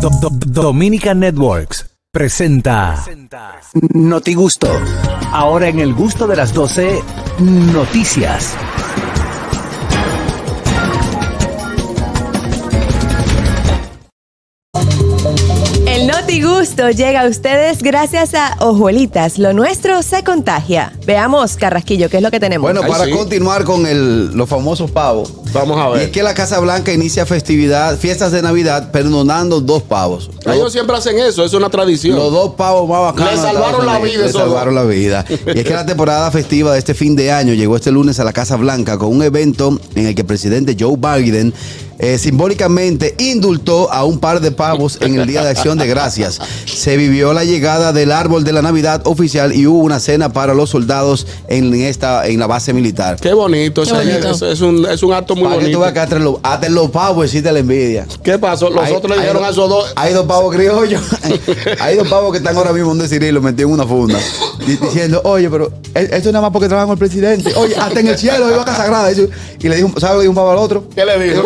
Do- Do- Dominica Networks presenta Noti Gusto. Ahora en el gusto de las 12, noticias. El Noti Gusto llega a ustedes gracias a Ojuelitas. Lo nuestro se contagia. Veamos, Carrasquillo, qué es lo que tenemos. Bueno, Ay, para sí. continuar con el- los famosos pavos. Vamos a Y es ver. que la Casa Blanca inicia festividad, fiestas de Navidad perdonando dos pavos. Los, Ellos siempre hacen eso, es una tradición. los dos pavos más bacanos. Le de salvaron Estados la Unidos. vida Le esos dos. salvaron la vida. Y es que la temporada festiva de este fin de año llegó este lunes a la Casa Blanca con un evento en el que el presidente Joe Biden eh, simbólicamente indultó a un par de pavos en el Día de Acción de Gracias. Se vivió la llegada del árbol de la Navidad oficial y hubo una cena para los soldados en, esta, en la base militar. Qué bonito, Qué eso es- bonito. eso Es, un, es un acto muy Para que tú bonito. veas que hasta los, hasta los pavos existe la envidia. ¿Qué pasó? Los Hay- otros hay le dijeron dos- a esos dos. Hay dos pavos criollos. hay dos pavos que están ahora mismo donde Cirilo metido en una funda. di- diciendo, oye, pero e- esto es nada más porque trabajan con el presidente. Oye, hasta en el cielo hay vaca sagrada. Eso- Y le dijo, ¿sabes lo que dijo un pavo al otro? ¿Qué le dijo?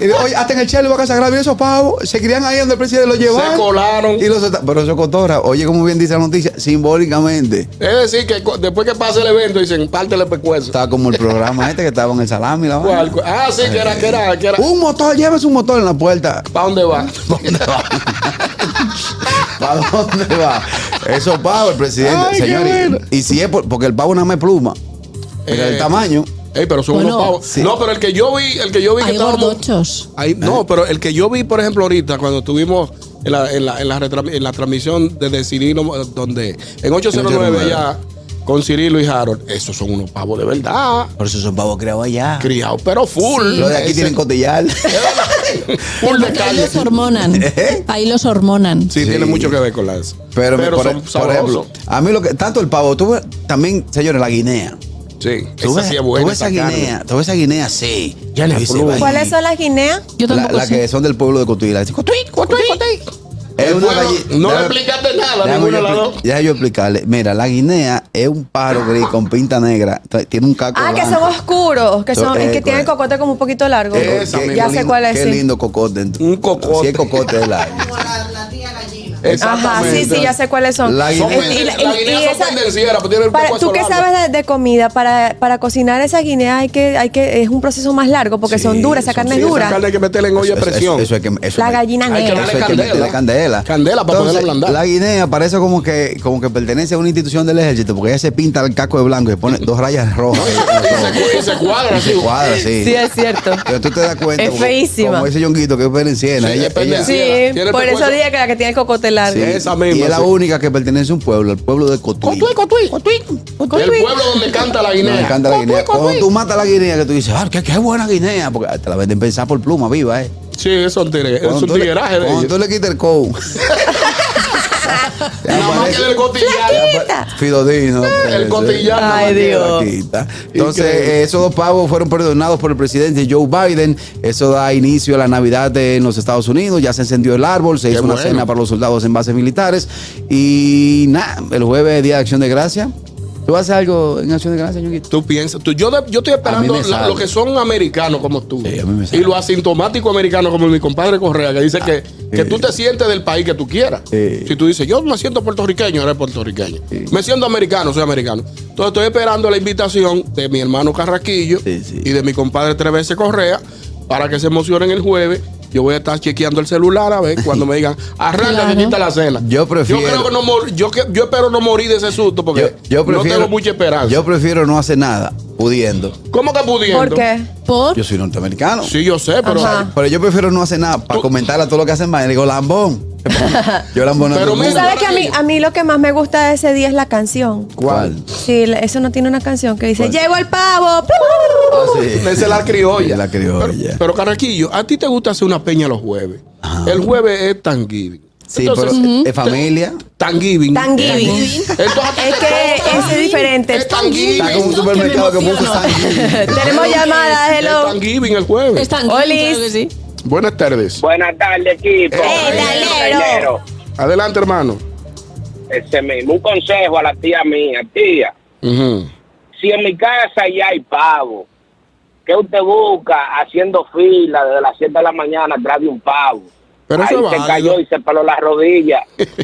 Y dijo, oye, hasta en el cielo hay vaca sagrada. Mira esos pavos. Se crían ahí donde el presidente los llevaba. Se colaron. Y los ata- pero eso cotora. Oye, como bien dice la noticia, simbólicamente. Es decir, que co- después que pasa el evento dicen, pártele pues, pescuezo. Estaba como el programa este que estaba en el salami. La vaina. ¿Cuál? cu- Ah, sí, que era, que era, que era. un motor, llévese un motor en la puerta. ¿Para dónde va? ¿Para dónde va? Eso pavo el presidente. Ay, qué Señores, bueno. y si es por- porque el pavo no me pluma. Mira el Eh, tamaño. Ey, pero son Bueno, unos pavos. sí. No, pero el que yo vi, el que yo vi que Hay estábamos- gordochos. Ahí- no, pero el que yo vi, por ejemplo, ahorita, cuando estuvimos en la, en la, en la, retra- en la transmisión desde Cirilo, eh, donde En en 809 809. allá, con Cirilo y Harold, esos son unos pavos de verdad, Por eso son pavos creados allá. criados, pero full. Los de aquí Ese- tienen cotillar. full de Ahí calle. los hormonan. ¿Eh? Ahí los hormonan. Sí, Sí. tiene mucho que ver con la eso. Pero, me- por, son por sabrosos. ejemplo, a mí lo que. Tanto el pavo. Tú, ves- también, señores, la guinea. sí, Tú esa ves, sí es tú buena. ves esa carne. guinea. Tú ves esa guinea, sí. Ya le Ahí se pluma. va ahí. ¿Cuáles son las guineas? Yo La, tampoco la sé. que son del pueblo de Cotuila. Dice, "Cotuí, cotuí, cotuí". Es El una pueblo- galli- no le Déjame- explicaste nada, déjame ninguna yo de las expli- dos. déjame yo explicarle. Mira, la guinea es un pájaro gris con pinta negra. t- Tiene un caco Ah, que son blanco. oscuros, que So- son, eh, es que tienen el correcto. cocote como un poquito largo. Esa Qué- misma. ya qué sé lindo- cuál es. Qué sí. lindo cocote. dentro. Un cocote. Sí, es cocote de la. Ajá, sí, sí, ya sé cuáles son. La Es- Son guinea- y- pende- y- la y guinea son esa- pendencieras, pues tienen el para- coco Tú que azulado. sabes de, de comida, para, para cocinar esa guinea hay que, hay que, es un proceso más largo porque Sí, son duras, esa son- carne Sí, es esa dura. carne hay que meterle en olla de presión. Eso, eso hay que, eso La hay- gallina Hay que negra. Eso hay que Candela. meterle candela. Candela para poderla ablandar. La guinea parece como que, como que pertenece a una institución del ejército, porque ella se pinta el caco de blanco y pone dos rayas rojas. Y se- y se cuadra, Y se sí. cuadra, sí. Sí, es cierto. Pero tú te das cuenta. Es como- feísima. Como ese yonguito que es valenciana. Sí, ella, es ella- Sí, Sí, tiene el por eso pescuezo. dije que la que tiene el cocote largo. sí, Esa misma, Y es la sí. única que pertenece a un pueblo, el pueblo de Cotuí. Cotuí, cotuí, cotuí. El pueblo donde canta la No, guinea. me encanta la guinea. Cuando tú matas la guinea, que tú dices, ah, qué, qué buena guinea, porque te la venden pensar por pluma viva, eh. Sí, eso es un tigre- es Cuando un tú le- tigueraje de Cuando ellos. tú le quitas el cow. Nada más que del cotillar. Quita. Fidodino. El Sí. cotillano. Ay, Dios. Quita. Entonces, Increíble. eh, esos dos pavos fueron perdonados por el presidente Joe Biden. Eso da inicio a la Navidad de- en los Estados Unidos. Ya se encendió el árbol, se Qué hizo una bueno. cena para los soldados en bases militares. Y nada, el jueves, Día de Acción de Gracia. ¿Tú haces algo en Acción de Gracia, Ñonguito? Tú piensas, tú- yo, de- yo estoy A esperando mí me la- sabe. los que son americanos como tú Sí, a mí me y sabe. los asintomáticos americanos como mi compadre Correa que dice que, que sí. tú te sientes del país que tú quieras. eh. Sí. Si tú dices, yo me siento puertorriqueño, eres puertorriqueño. Sí. Me siento americano, soy americano. Entonces estoy esperando la invitación de mi hermano Carraquillo Sí, sí. y de mi compadre Tres veces Correa para que se emocionen el jueves. Yo voy a estar chequeando el celular a ver cuando me digan, arranca Claro. que quita la cena. Yo prefiero- Yo, creo que no mor- yo, que- yo espero no morir de ese susto porque no tengo mucha esperanza. Yo prefiero no hacer nada, pudiendo. ¿Cómo que pudiendo? ¿Por qué? Por. Yo soy norteamericano. Sí, yo sé, pero, Ajá. Pero yo prefiero no hacer nada para Tú- comentar a todo lo que hacen mal. Le digo, lambón. Yo lambón no Pero todo el mira- Tú mundo. sabes que a mí, a mí lo que más me gusta de ese día es la canción. ¿Cuál? Sí, la- eso no tiene una canción que dice, ¿Cuál? llegó el pavo. Ah, Esa es la criolla. Sí, la criolla. Pero, pero, Carraquillo, a ti te gusta hacer una peña los jueves. El jueves es Thanksgiving. sí, Entonces, pero de familia. Thanksgiving. Thanksgiving. Entonces, a ti Es te que gusta ese es diferente. Es Thanksgiving. Está como un No, supermercado que que me puso emociono. sangre. Tenemos llamada, Es hello. Thanksgiving el jueves. Están Olis. claro que sí. Buenas tardes. Buenas tardes, equipo. ¡Eh, Caballero, dalero! Adelante, hermano. Ese mismo. Un consejo a la tía mía. Tía, Ujú. si en mi casa ya hay pavo, ¿Qué usted busca haciendo fila desde las 7 de la mañana atrás de un pavo? Pero Ahí eso es se válido. cayó y se paró la rodilla.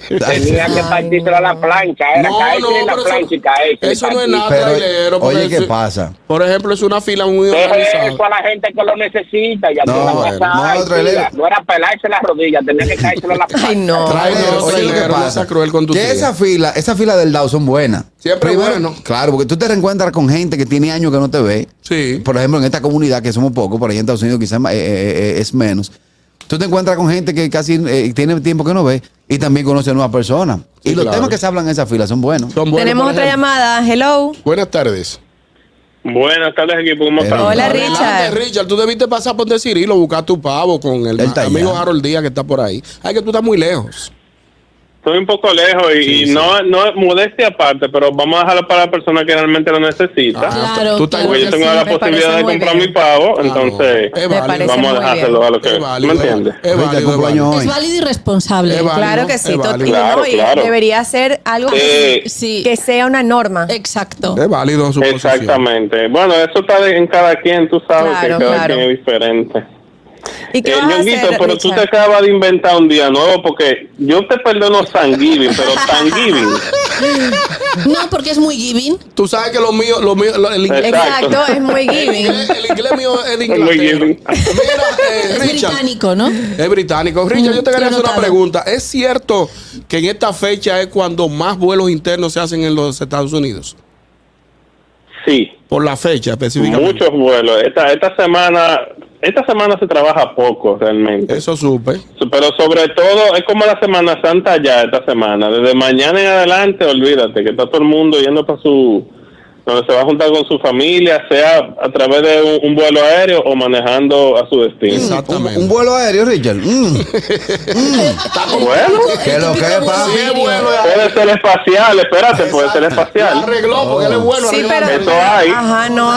Tenía que partirse a la plancha. Era caerse en la pero plancha y caerse. eso no es nada Pero, trailero. porque oye, ¿qué eso- pasa? Por ejemplo, es una fila Eh, muy Deje eso organizada. a la gente que lo necesita. Ya No, tú la bueno, pasas, no, ay, trailero. tía, no era pelarse las rodillas, tenía que caerse a la plancha. Ay, no. Trailero, no, oye, ¿qué trailero, no pasa? seas cruel con tu que tía. esa fila, esa fila del DAO son buenas. Siempre Primero, bueno. Claro, porque tú te reencuentras con gente que tiene años que no te ve. Sí. Por ejemplo, en esta comunidad, que somos pocos, por allá en Estados Unidos quizás ma- eh, eh, eh, es menos. Tú te encuentras con gente que casi eh, tiene tiempo que no ve y también conoce nuevas personas. y Sí, los claro. temas que se hablan en esa fila son buenos. Son buenos, Tenemos por otra ejemplo. llamada. Hello. Buenas tardes. Buenas tardes, equipo. ¿Cómo Pero- están? Hola, Adelante, Richard. Richard, tú debiste pasar por decir y lo buscar tu pavo con el, Él ma- está amigo allá. Harold Díaz que está por ahí. Ay, que tú estás muy lejos. Estoy un poco lejos y, y no, no modestia aparte, pero vamos a dejarlo para la persona que realmente lo necesita. Ah, Claro, tú estás- claro Porque que yo sí, tengo la me parece posibilidad de muy comprar bien. mi pavo, Claro. entonces Es Me válido. parece vamos a muy dejárselo a lo Es que. válido, ¿Me entiende? Es Richard, válido, es cumpleaños válido. hoy. Es válido y responsable. Es válido, Claro que es sí, tot- válido. y no, Claro, y claro. debería ser algo Eh, Sí, que sea una norma. exacto. Es válido su posición. Exactamente. Bueno, eso está de- en cada quien, tú sabes Claro, que cada claro. quien es diferente. ¿Y qué Eh, vas a Ñonguito, hacer, pero tú te Richard? acabas de inventar un día nuevo porque yo te perdono Thanksgiving, pero Thanksgiving. No, porque es muy giving. Tú sabes que lo mío, lo mío lo- el, inglés, Exacto. Exacto. es muy el giving. inglés- el inglés mío es de Muy Inglaterra. giving. Mira, eh, Es Richard. británico, ¿no? Es británico. Richard, Mm, yo te lo quería he hacer una notado. pregunta. ¿Es cierto que en esta fecha es cuando más vuelos internos se hacen en los Estados Unidos? Sí, Por la fecha específicamente. muchos vuelos. Esta, esta semana esta semana se trabaja poco realmente. Eso supe. Pero sobre todo, es como la Semana Santa ya esta semana. Desde mañana en adelante, olvídate que está todo el mundo yendo para su... donde se va a juntar con su familia, sea a través de un, un vuelo aéreo o manejando a su destino. Un, Exactamente. Mm. un vuelo aéreo, Richard. Mm. Bueno, Que lo que pasa. Sí, es bueno. puede ser espacial, espérate, puede ser Lo espacial. arregló porque él es bueno. Sí, arregló. pero. Eso hay. Ajá, no.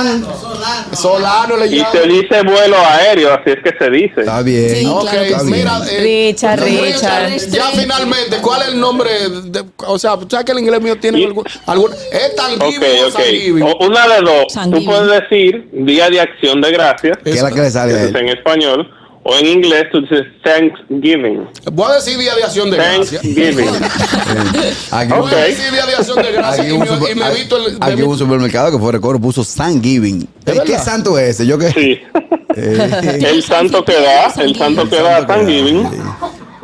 Solano le Y llama. se dice vuelo aéreo, así es que se dice. Está bien. Sí, Ok, claro que está bien. mira, eh, Richard, Richard. Ya finalmente, ¿cuál es el nombre? de- o sea, ¿tú sabes que el inglés mío tiene Y- algún, algún- Es tan Ok, giving o ok. Oh. Thanksgiving? O- una de dos. Tú Thanksgiving. puedes decir Día de Acción de Gracias, Que es la que le sale a eso él. es en español, o en inglés tú dices Thanksgiving. Voy a decir día de acción de gracias. Thanksgiving. Eh, Aquí, Ok. Voy a decir día de acción de gracias aquí y hubo un me, super- y me aquí- visto el. aquí me hubo vi- un supermercado que fue recuerdo, puso Thanksgiving. Eh, ¿Qué verdad? santo es ese? Yo que. Sí. Eh, El santo que da, el santo que da Thanksgiving.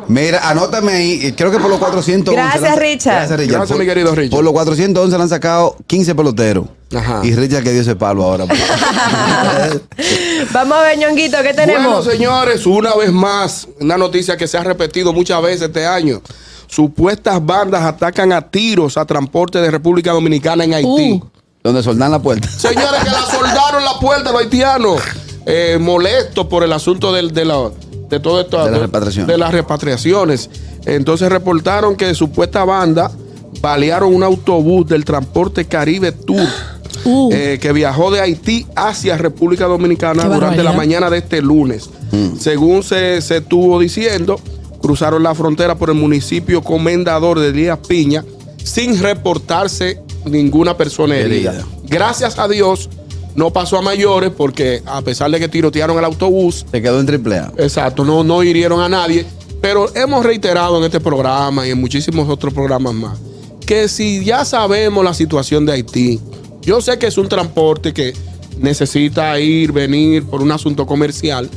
Mira, anótame ahí. eh, Creo que por los 411. Gracias, lanza- Richard. Gracias, Richard. Gracias, Por- mi querido Richard. Por los 411 le han sacado 15 peloteros. Ajá. Y Richard que dio ese palo ahora. pues. Vamos a ver, ñonguito, ¿qué Bueno, tenemos? señores, una vez más, una noticia que se ha repetido muchas veces este año. Supuestas bandas atacan a tiros a transporte de República Dominicana en Haití. Uh. Donde soldan la puerta. Señores, que la soldaron la puerta los haitianos, eh, molestos por el asunto del, de, la, de todo esto. De las repatriaciones. de las repatriaciones. Entonces reportaron que supuesta banda balearon un autobús del transporte Caribe Tour. Uh. eh, que viajó de Haití hacia República Dominicana Qué durante la barbaridad. mañana de este lunes. Según se, se estuvo diciendo, cruzaron la frontera por el municipio Comendador de Elías Piña sin reportarse ninguna persona herida. Herida. Gracias a Dios no pasó a mayores porque a pesar de que tirotearon el autobús, Se quedó en triple A. Exacto, no, no hirieron a nadie. Pero hemos reiterado en este programa y en muchísimos otros programas más que si ya sabemos la situación de Haití, yo sé que es un transporte que necesita ir, venir por un asunto comercial,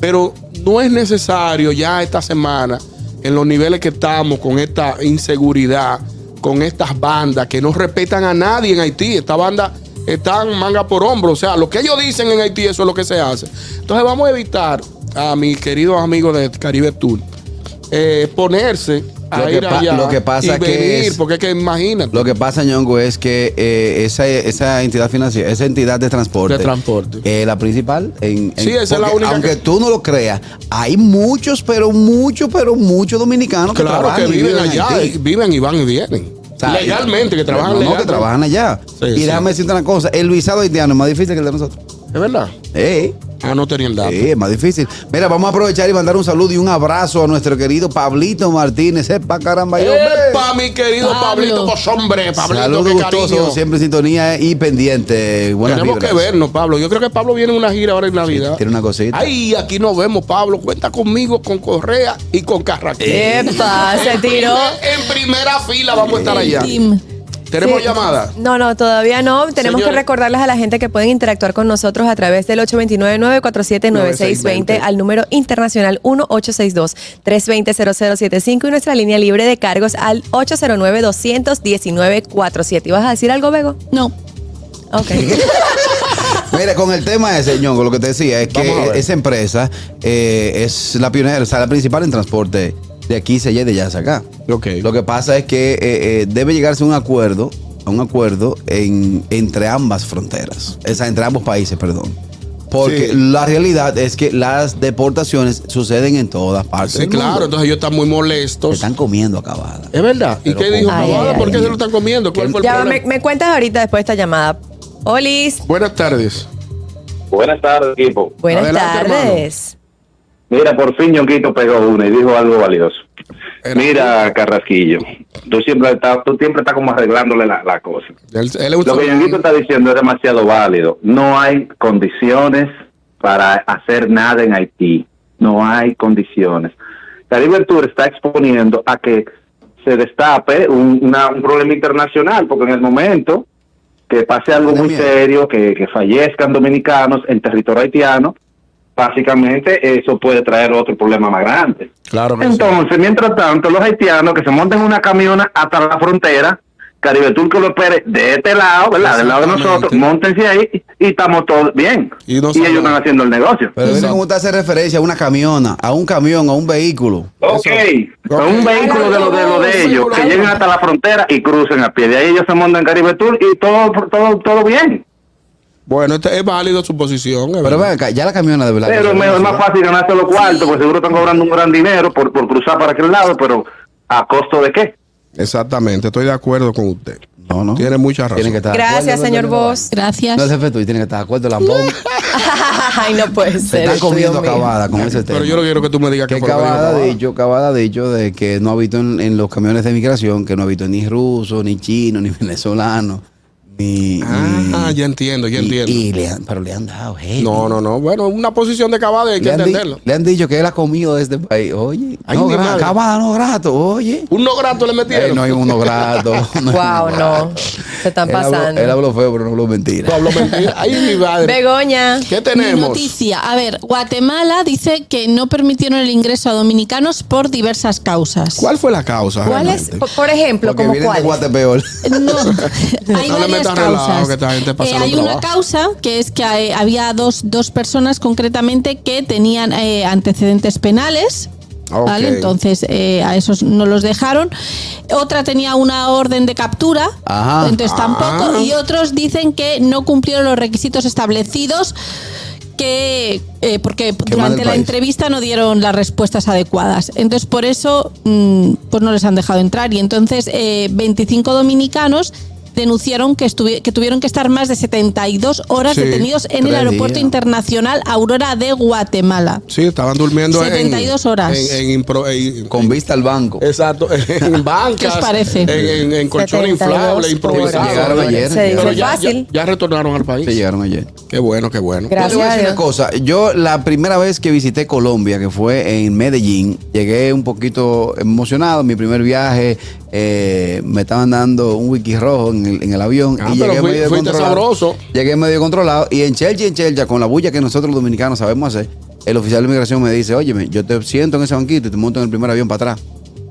pero no es necesario ya esta semana, en los niveles que estamos, con esta inseguridad, con estas bandas que no respetan a nadie en Haití, estas bandas están manga por hombro, o sea, lo que ellos dicen en Haití, eso es lo que se hace. Entonces vamos a evitar a mis queridos amigos de Caribe Tour eh, ponerse a Lo que ir pa- allá lo que pasa y que venir, es- porque es que imagínate. Lo que pasa, Ñongo, es que eh, esa, esa entidad financiera, esa entidad de transporte. De transporte. eh, la principal. En, en- Sí, esa es la porque única Aunque que- tú no lo creas, hay muchos, pero muchos, pero muchos dominicanos que Claro trabajan que y viven allá, Haití. y viven y van y vienen. O sea, legalmente, que trabajan no, no, legalmente. que trabajan allá. Sí, y sí. déjame decirte una cosa: el visado haitiano es más difícil que el de nosotros. Es verdad. Ey, Ah, no tenía el dato. Sí, es más difícil. Mira, vamos a aprovechar y mandar un saludo y un abrazo a nuestro querido Pablito Martínez. ¡Epa, caramba! y hombre! ¡Epa, mi querido Pablo. Pablito! Pues hombre, Pablito, Saludos qué gustosos, cariño. siempre en sintonía y pendiente. Buenas Tenemos vibras. que vernos, Pablo. Yo creo que Pablo viene en una gira ahora en Navidad. tiene una cosita. Ay, aquí nos vemos, Pablo. Cuenta conmigo, con Correa y con Carraquín. ¡Epa! Se En tiró. primer- en primera fila vamos a estar allá. Tim. Tenemos Sí. llamadas. No, no, todavía no. Tenemos que Señores. recordarles a la gente que pueden interactuar con nosotros a través del 829-947-9620 al número internacional 1862-320-0075 y nuestra línea libre de cargos al 809-219-47. ¿Ibas a decir algo, Bego? No. Ok. Mira, con el tema ese, Ñongo, lo que te decía es Vamos a que ver. esa empresa eh, es la pionera, o sea, la principal en transporte de aquí se allá y de allá hacia acá. Ok. Lo que pasa es que eh, eh, debe llegarse a un acuerdo, a un acuerdo en, entre ambas fronteras, o sea, entre ambos países, perdón. Porque Sí. la realidad es que las deportaciones suceden en todas partes. Sí, del claro, mundo. entonces ellos están muy Se molestos. están comiendo acabada. Es verdad. ¿Y Pero qué con- dijo Ay, Pavada? ay, ¿Por ay. qué se lo están comiendo? ¿Cuál fue el ya, va, problema? me, me cuentas ahorita después de esta llamada. Olis, Buenas tardes. Buenas tardes, equipo. buenas Adelante, tardes. Mira, por fin Ñonquito pegó una y dijo algo valioso. Era- Mira, Carrasquillo, tú siempre estás, tú siempre estás como arreglándole la, la cosa. Él, él es un Lo que Ñonguito está diciendo es demasiado válido. No hay condiciones para hacer nada en Haití. No hay condiciones. Caribe Tour está exponiendo a que se destape un, una- un problema internacional, porque en el momento que pase algo Tiene muy miedo. serio, que, que fallezcan dominicanos en territorio haitiano, básicamente eso puede traer otro problema más grande. Claro que sí. Entonces, mientras tanto, los haitianos que se monten una camiona hasta la frontera, Caribe Tour que lo espere de este lado, ¿verdad? Del lado de nosotros, Exactamente. montense ahí y, y estamos todos bien. Y Y, no ellos sabemos. están haciendo el negocio. Pero mira Exacto. cómo te hace referencia a una camiona, a un camión, a un vehículo. Ok, Ok. con un vehículo de los de, lo de ellos que lleguen hasta la frontera y crucen a pie. De ahí ellos se montan en Caribe Tour y todo, todo, todo bien. Bueno, este- es válido su posición. es Pero ven verdad. acá, ya la camiona de verdad. que Pero se es mejor- es más fácil ganarse los cuartos, porque seguro están cobrando un gran dinero por, por cruzar para aquel lado, pero ¿a costo de qué? Exactamente, estoy de acuerdo con usted. No, no. Tiene mucha razón. Tienen que estar de acuerdo, Gracias, ¿verdad? señor Tienen que- Vos. Gracias. No, el jefe tuyo tiene que estar de acuerdo, lambón. Ay, no puede ser. Se están Dios comiendo mío. acabada con ese tema. Pero yo no quiero que tú me digas este que que fue lo que dijo Cavada ha Pavada. dicho, Cavada ha dicho de que no ha visto en, en los camiones de migración, que no ha visto ni ruso, ni chino, ni venezolano, ni... Ah, ni- ya entiendo, Mm. ya y- entiendo. y le han- pero le han dado, hey. No, no, no. Bueno, una posición de Cavada hay que Le han, di- entenderlo. le han dicho que él ha comido de este país. Oye, Ay, no, mi gra- madre. Cavada no grato, oye. Un no grato le metieron. Eh, no hay uno grato. no hay Wow, uno no. grato. Se están Él habló- pasando. Él habló feo, pero no habló mentira. No hablo mentira. Ay, mi madre. Begoña. ¿Qué Mi tenemos? Noticia. A ver, Guatemala dice que no permitieron el ingreso a dominicanos por diversas causas. ¿Cuál fue la causa? ¿Cuál es, realmente? por por ejemplo, Porque como vienen de cuál? Guatepeor. No, hay No le varias metas relajo, causas. que esta gente pasa Eh, los hay una trabajos. causa que es que eh, había dos, dos personas concretamente que tenían eh, antecedentes penales. Ok. ¿Vale? Entonces eh, a esos no los dejaron. Otra tenía una orden de captura, Ajá. entonces tampoco. Ah. Y otros dicen que no cumplieron los requisitos establecidos que eh, porque durante del la país. entrevista no dieron las respuestas adecuadas. Entonces, por eso, mm, pues no les han dejado entrar. Y entonces, eh, 25 dominicanos denunciaron que, estuvi- que tuvieron que estar más de 72 horas Sí, detenidos en el tres aeropuerto días. Pues internacional Aurora de Guatemala. Sí, estaban durmiendo en- 72 horas. En, en impro- en- Con vista al banco. exacto, en bancas. ¿Qué os parece? En, en, en colchón 72 inflable, horas. Llegaron improvisado. ayer, Se Pero dice ya, ya, fácil. ya retornaron al país. Se llegaron ayer. Qué bueno, qué bueno. Gracias. Yo te voy a a decir una Dios. cosa. Yo la primera vez que visité Colombia, que fue en Medellín, llegué un poquito emocionado. Mi primer viaje, eh, me estaban dando un wiki rojo en el, en el avión. Ah, y pero llegué fui- medio fuiste controlado. sabroso. Llegué medio controlado. Y en Chelcha, en Chelcha, con la bulla que nosotros los dominicanos sabemos hacer, el oficial de inmigración me dice, oye, yo te siento en ese banquito y te monto en el primer avión para atrás.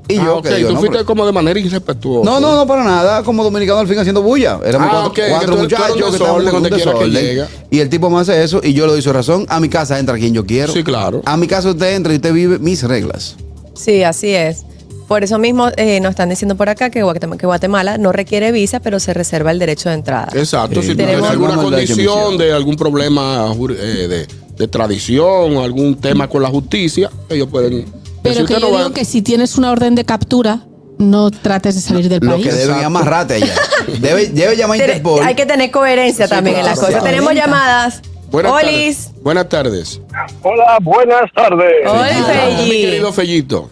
Y Ah, yo ok, que digo, tú no, fuiste pero- como de manera irrespetuosa. no, no, no, para nada. Como dominicano al fin haciendo bulla. Éramos Ah, cuatro, ok, que cuatro tú- tú eres muchachos un que estábamos en desorden un donde quiera que desorden. llega. Y el tipo me hace eso y yo le doy su razón. A mi casa entra quien yo quiero. Sí, claro. A mi casa usted entra y usted vive mis reglas. Sí, así es. Por eso mismo eh, nos están diciendo por acá que Guatemala, que Guatemala no requiere visa, pero se reserva el derecho de entrada. Exacto, Sí, si tú tienes tenemos- alguna Vamos a la condición comisión. de algún problema jur- eh, de, de tradición o algún tema con la justicia, ellos pueden... Pero decir que yo no digo van. que si tienes una orden de captura, no trates de salir del Lo país. que deben es amarrate allá. Debe, debe llamar a Tiene- Interpol. hay que tener coherencia Sí, también en claro, las cosas. claro. Tenemos llamadas. Buenas Olis. tardes. Buenas tardes. Ah, Hola, buenas tardes. Hola, Mi Feyi. querido Fellito.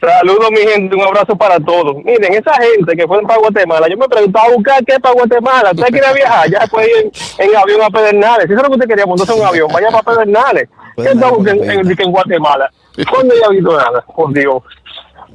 Saludos, mi gente, un abrazo para todos. Miren, esa gente que fue para Guatemala, yo me preguntaba a buscar qué es para Guatemala. ¿Usted quiere viajar? Ya fue en, en avión a Pedernales. Si eso es lo que usted quería, montarse en un avión, vaya para Pedernales. ¿Qué está buscando en, en- en Guatemala? ¿Cuándo ya ha visto nada? Por Dios.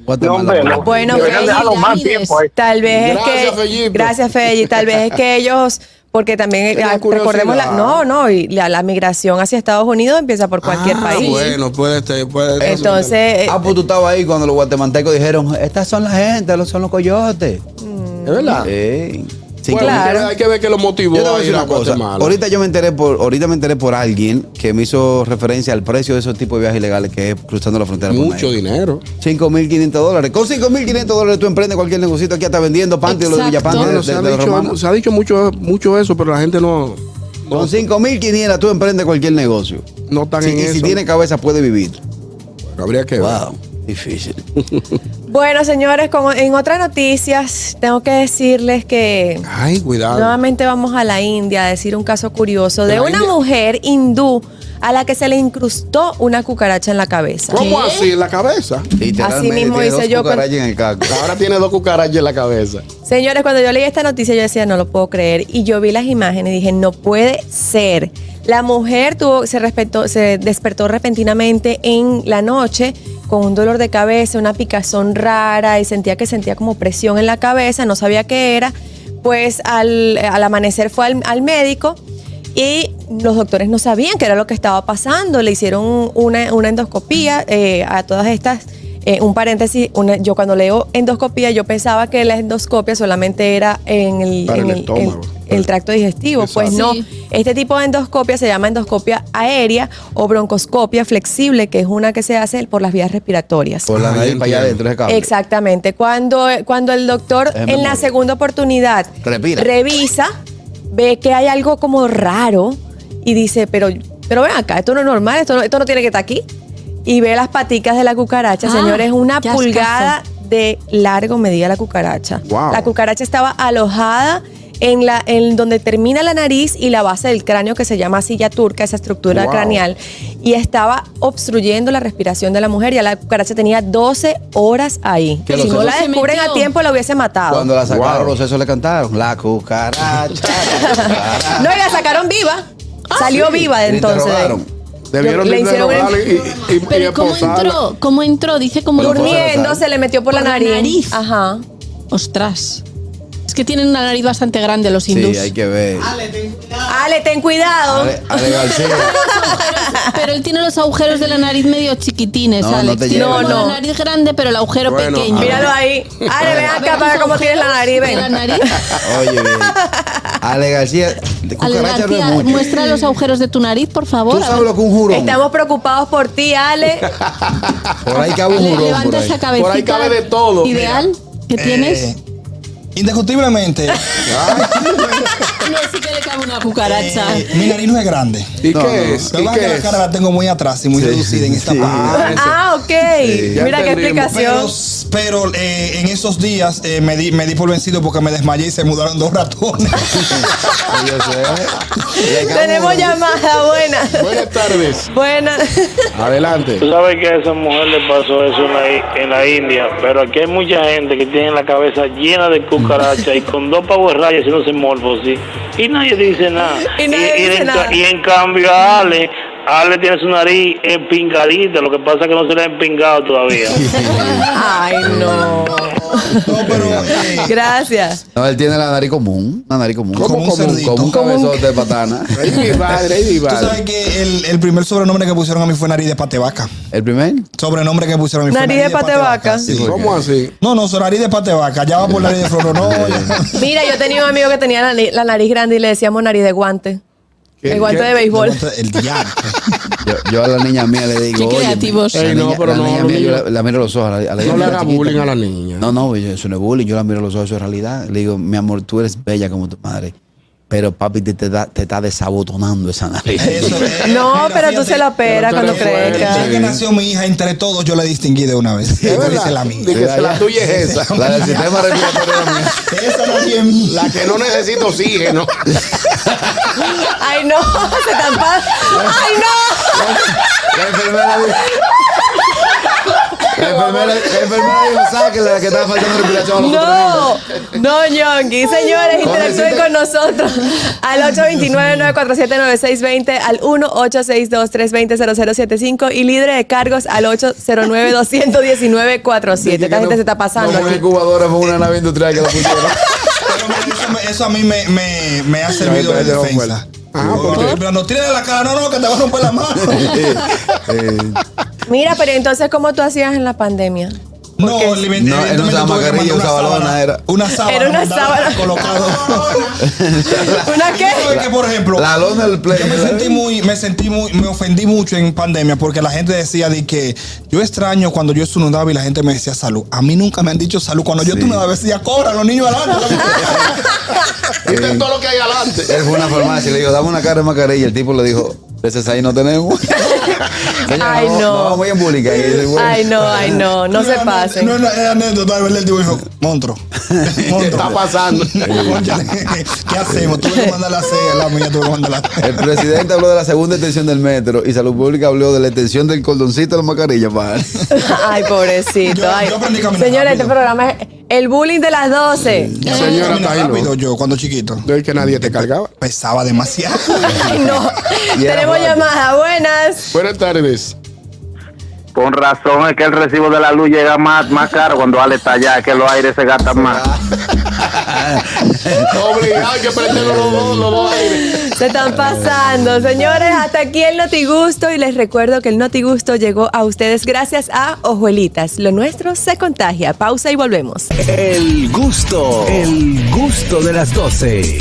Guatemala. No, hombre, no. Bueno, Deberían Feyi, dejarlo más Leónides. tiempo ahí. Tal vez es Gracias, que. Fellito. Gracias, Feyi. Tal vez es que ellos. Porque también Tenía ah, recordemos la. curiosidad. No, no, y la, la migración hacia Estados Unidos empieza por cualquier Ah, país. Bueno, puede ser. Puede ser. Entonces, eh, Ah, pues tú estabas ahí cuando los guatemaltecos dijeron, estas son la gente, los son los coyotes. Es verdad. Ey. Sí, Bueno, Ah. claro. hay que ver- Hay que ver qué lo motivó. Eh, Yo te voy a a decir ir a una cosa. Guatemala. Ahorita yo me enteré por, ahorita me enteré por alguien que me hizo referencia al precio de esos tipos de viajes ilegales que es cruzando la frontera. por Mucho México. dinero. 5.500 dólares. Con 5.500 dólares tú emprendes cualquier negocito. Aquí está vendiendo pan de los Exacto. Villapante de, Bueno, se, de- ha de los dicho, romanos. se ha dicho mucho, mucho eso, pero la gente no, Con 5.500 tú emprendes cualquier negocio. no está Sí, en y eso. si tiene cabeza puede vivir. Habría que ver. Wow, difícil. bueno, señores, como en otras noticias, tengo que decirles que. Ay, cuidado. Nuevamente vamos a la India a decir un caso curioso ¿En de Ah. la una India? mujer hindú a la que se le incrustó una cucaracha en la cabeza. ¿Cómo así? En la cabeza. Literalmente mismo tiene hice dos yo con- cucarachas en el caco. Ahora tiene dos cucarachas en la cabeza. Señores, cuando yo leí esta noticia yo decía, no lo puedo creer. Y yo vi las imágenes y dije, no puede ser. La mujer tuvo, se, respetó- se despertó repentinamente en la noche con un dolor de cabeza, una picazón rara y sentía que sentía como presión en la cabeza, no sabía qué era. Pues al, al amanecer fue al- al médico y los doctores no sabían qué era lo que estaba pasando. Le hicieron una, una endoscopía eh, a todas estas. eh, un paréntesis, una- yo cuando leo endoscopía, yo pensaba que la endoscopia solamente era en el, Para en el estómago. el tracto digestivo. Pues Exacto. no, Sí. este tipo de endoscopia se llama endoscopia aérea o broncoscopia flexible, que es una que se hace por las vías respiratorias. Por Ah, la nariz yo para allá entiendo. adentro de cable. Exactamente. Cuando, cuando el doctor Déjeme en la morir. segunda oportunidad Respira. revisa, ve que hay algo como raro y dice, pero, pero ven acá, esto no es normal, esto no, esto no tiene que estar aquí. Y ve las paticas de la cucaracha, Ah, señores, una qué ascazo. pulgada de largo medía la cucaracha. Wow. La cucaracha estaba alojada en la en donde termina la nariz y la base del cráneo que se llama silla turca, esa estructura Wow. craneal y estaba obstruyendo la respiración de la mujer. Ya la cucaracha tenía 12 horas ahí. Que si los no la ojos se descubren a metió. tiempo la hubiese matado. Cuando la sacaron, Wow. los sesos le cantaron. La cucaracha. la cucaracha". No, y la sacaron viva. Ah, Salió viva de Y te entonces. robaron. Debieron le de hicieron robarle un- y, y, y- y Pero ¿cómo esposarla. entró? ¿Cómo entró? Dice como Por la fuerza. Durmiendo se le metió por, la Por la nariz. nariz. Ajá. Ostras. Es que tienen una nariz bastante grande los hindús. Sí, hay que ver. Ale, ten cuidado. Ale, Ale García. Pero él tiene los agujeros de la nariz medio chiquitines, No, no Alex. te Tiene lleves. como No, no. la nariz grande, pero el agujero Bueno, pequeño. Míralo ahí. Ale, ven A ver acá tus para ver cómo tienes la agujeros de nariz. la Ven. nariz. Oye, bien. Ale García. de Ale Cucaracha no es García, mucho. muestra los agujeros de tu nariz, por favor. Tú A sabes ver. lo que un jurón. Estamos preocupados por ti, Ale. Por ahí cabe un Ale, jurón. Por levanta ahí. Eh, esa cabecita. Por ahí cabe de todo. Ideal que tienes. Indiscutiblemente, No, sí que le cabe una cucaracha. eh, mi nariz no es grande. ¿Y No, qué no. es? Lo ¿Y que pasa es que qué la es? cara la tengo muy atrás y muy reducida en esta parte. Ah, ese. Ah, ok. ya Mira qué entendimos. explicación. Pero, pero, eh, en esos días eh, me, di, me di por vencido porque me desmayé y se mudaron dos ratones. Sí, yo sé. Le cabe un Tenemos jurón. llamada buena. Buenas tardes. Buena. Adelante. Tú sabes que a esa mujer le pasó eso en la, i- en la India, pero aquí hay mucha gente que tiene la cabeza llena de cucarachas y con dos pavos rayas haciéndose morfos, ¿sí? Y nadie dice nada. Y nadie dice en, ca- nada. y en cambio a Ale, Ale tiene su nariz empingadita, lo que pasa es que no se le ha empingado todavía. Ay, no. No, pero eh, Gracias. No, él tiene la nariz común. Una nariz común. Como un cerdito. Como un cabezote de patana. Ay, mi padre, ay, mi tú sabes padre. que el, el primer sobrenombre que pusieron a mí fue nariz de patevaca. El primer. Sobrenombre que pusieron a mí fue Nariz de pate vaca. Sí. ¿Cómo así? No, no, son nariz de patevaca. Ya va por nariz de floro. No, ya- Mira, yo tenía un amigo que tenía la, ni- la nariz grande y le decíamos nariz de guante. ¿Qué- el guante qué- de béisbol. El diablo. Yo, yo a la niña mía le digo. Qué "Oye, creativos. la Ey, no, niña- pero la no, niña no, mía, yo niña. la, la miro a los ojos. a la- a la- a No le la haga chiquita. bullying a la niña. No, no, yo- eso no es bullying. Yo la miro a los ojos, eso es realidad. Le digo, mi amor, tú eres bella como tu madre. Pero papi te, te da- te está desabotonando esa nariz. Eso es- No, Mira, pero tú fíjate, se la operas pero tú cuando eres fuerte. crezca. Ya que nació mi hija, entre todos yo la distinguí de una vez. Es Yo hice verdad. la Di mía. que se la tuya es esa. La del sistema respiratorio era mía. Esa nadie es mía. La que no necesita oxígeno. Ay, no, se tampa. Ay, no. La enfermera dijo. La enfermera, la enfermera dijo, sáquenle la que está faltando respiración. a los otros No, no, Yonki. Señores, interactúen Pobrecita. con nosotros al 829-947-9620, al 1-862-320-0075 y libre de cargos al 809-219-47. Esta gente se está pasando Como una aquí. incubadora fue una nave industrial que la pusieron. Pero mira, eso, me- eso a mí me, me, me ha servido espérate, de no, defensa. Ah, Porque, pero no tiene la cara, no, no, que te va a romper la mano. Mira, pero entonces, ¿cómo tú hacías en la pandemia? No, evident- No, él no evidentemente usaba tuve que mascarilla, mandar una usaba sábana, lona, era. Una sábana. Era una mandaba sábana. Ah, Colocado. ¿Una qué? ¿Sabes qué, por ejemplo? La lona del play. Yo me sentí muy, me sentí muy, me ofendí mucho en pandemia porque la gente decía de que yo extraño cuando yo estornudaba y la gente me decía salud. A mí nunca me han dicho salud. Cuando yo Sí. estornudaba decía cobra los niños adelante. Miren Este todo lo que hay adelante. Él fue a una farmacia y le dijo, dame una cara de mascarilla. El tipo le dijo, de ese ahí no tenemos. Señora, Ay, no. Vamos bien pública. Y dice, bueno. Ay, no, ay, no, no se Era- pasen. No, no, era anécdota, de verdad, el tipo dijo, monstruo. ¿Qué está pasando? ¿Qué hacemos? Tuve que mandar la C, la mía tuve que mandar la El presidente habló de la segunda extensión del metro y Salud Pública habló de la extensión del cordoncito de la mascarilla. pa. Ay, pobrecito. Yo- ay. yo aprendí a caminar Señores, rápido. este programa es el bullying de las 12. Señora Caminaba Taylor. rápido yo cuando chiquito. No es que nadie te cargaba. Pesaba demasiado. Ay, no. Y era Tenemos fuerte. llamada. Buenas. Buenas tardes. Con razón es que el recibo de la luz llega más, más caro cuando Ale está allá, es que los aires se gastan más. Obligado, hay que prender los dos, los dos aires. Se están pasando. Señores, hasta aquí el Notigusto. Y les recuerdo que el Notigusto llegó a ustedes gracias a Ojuelitas. Lo nuestro se contagia. Pausa y volvemos. El gusto, el gusto de las 12.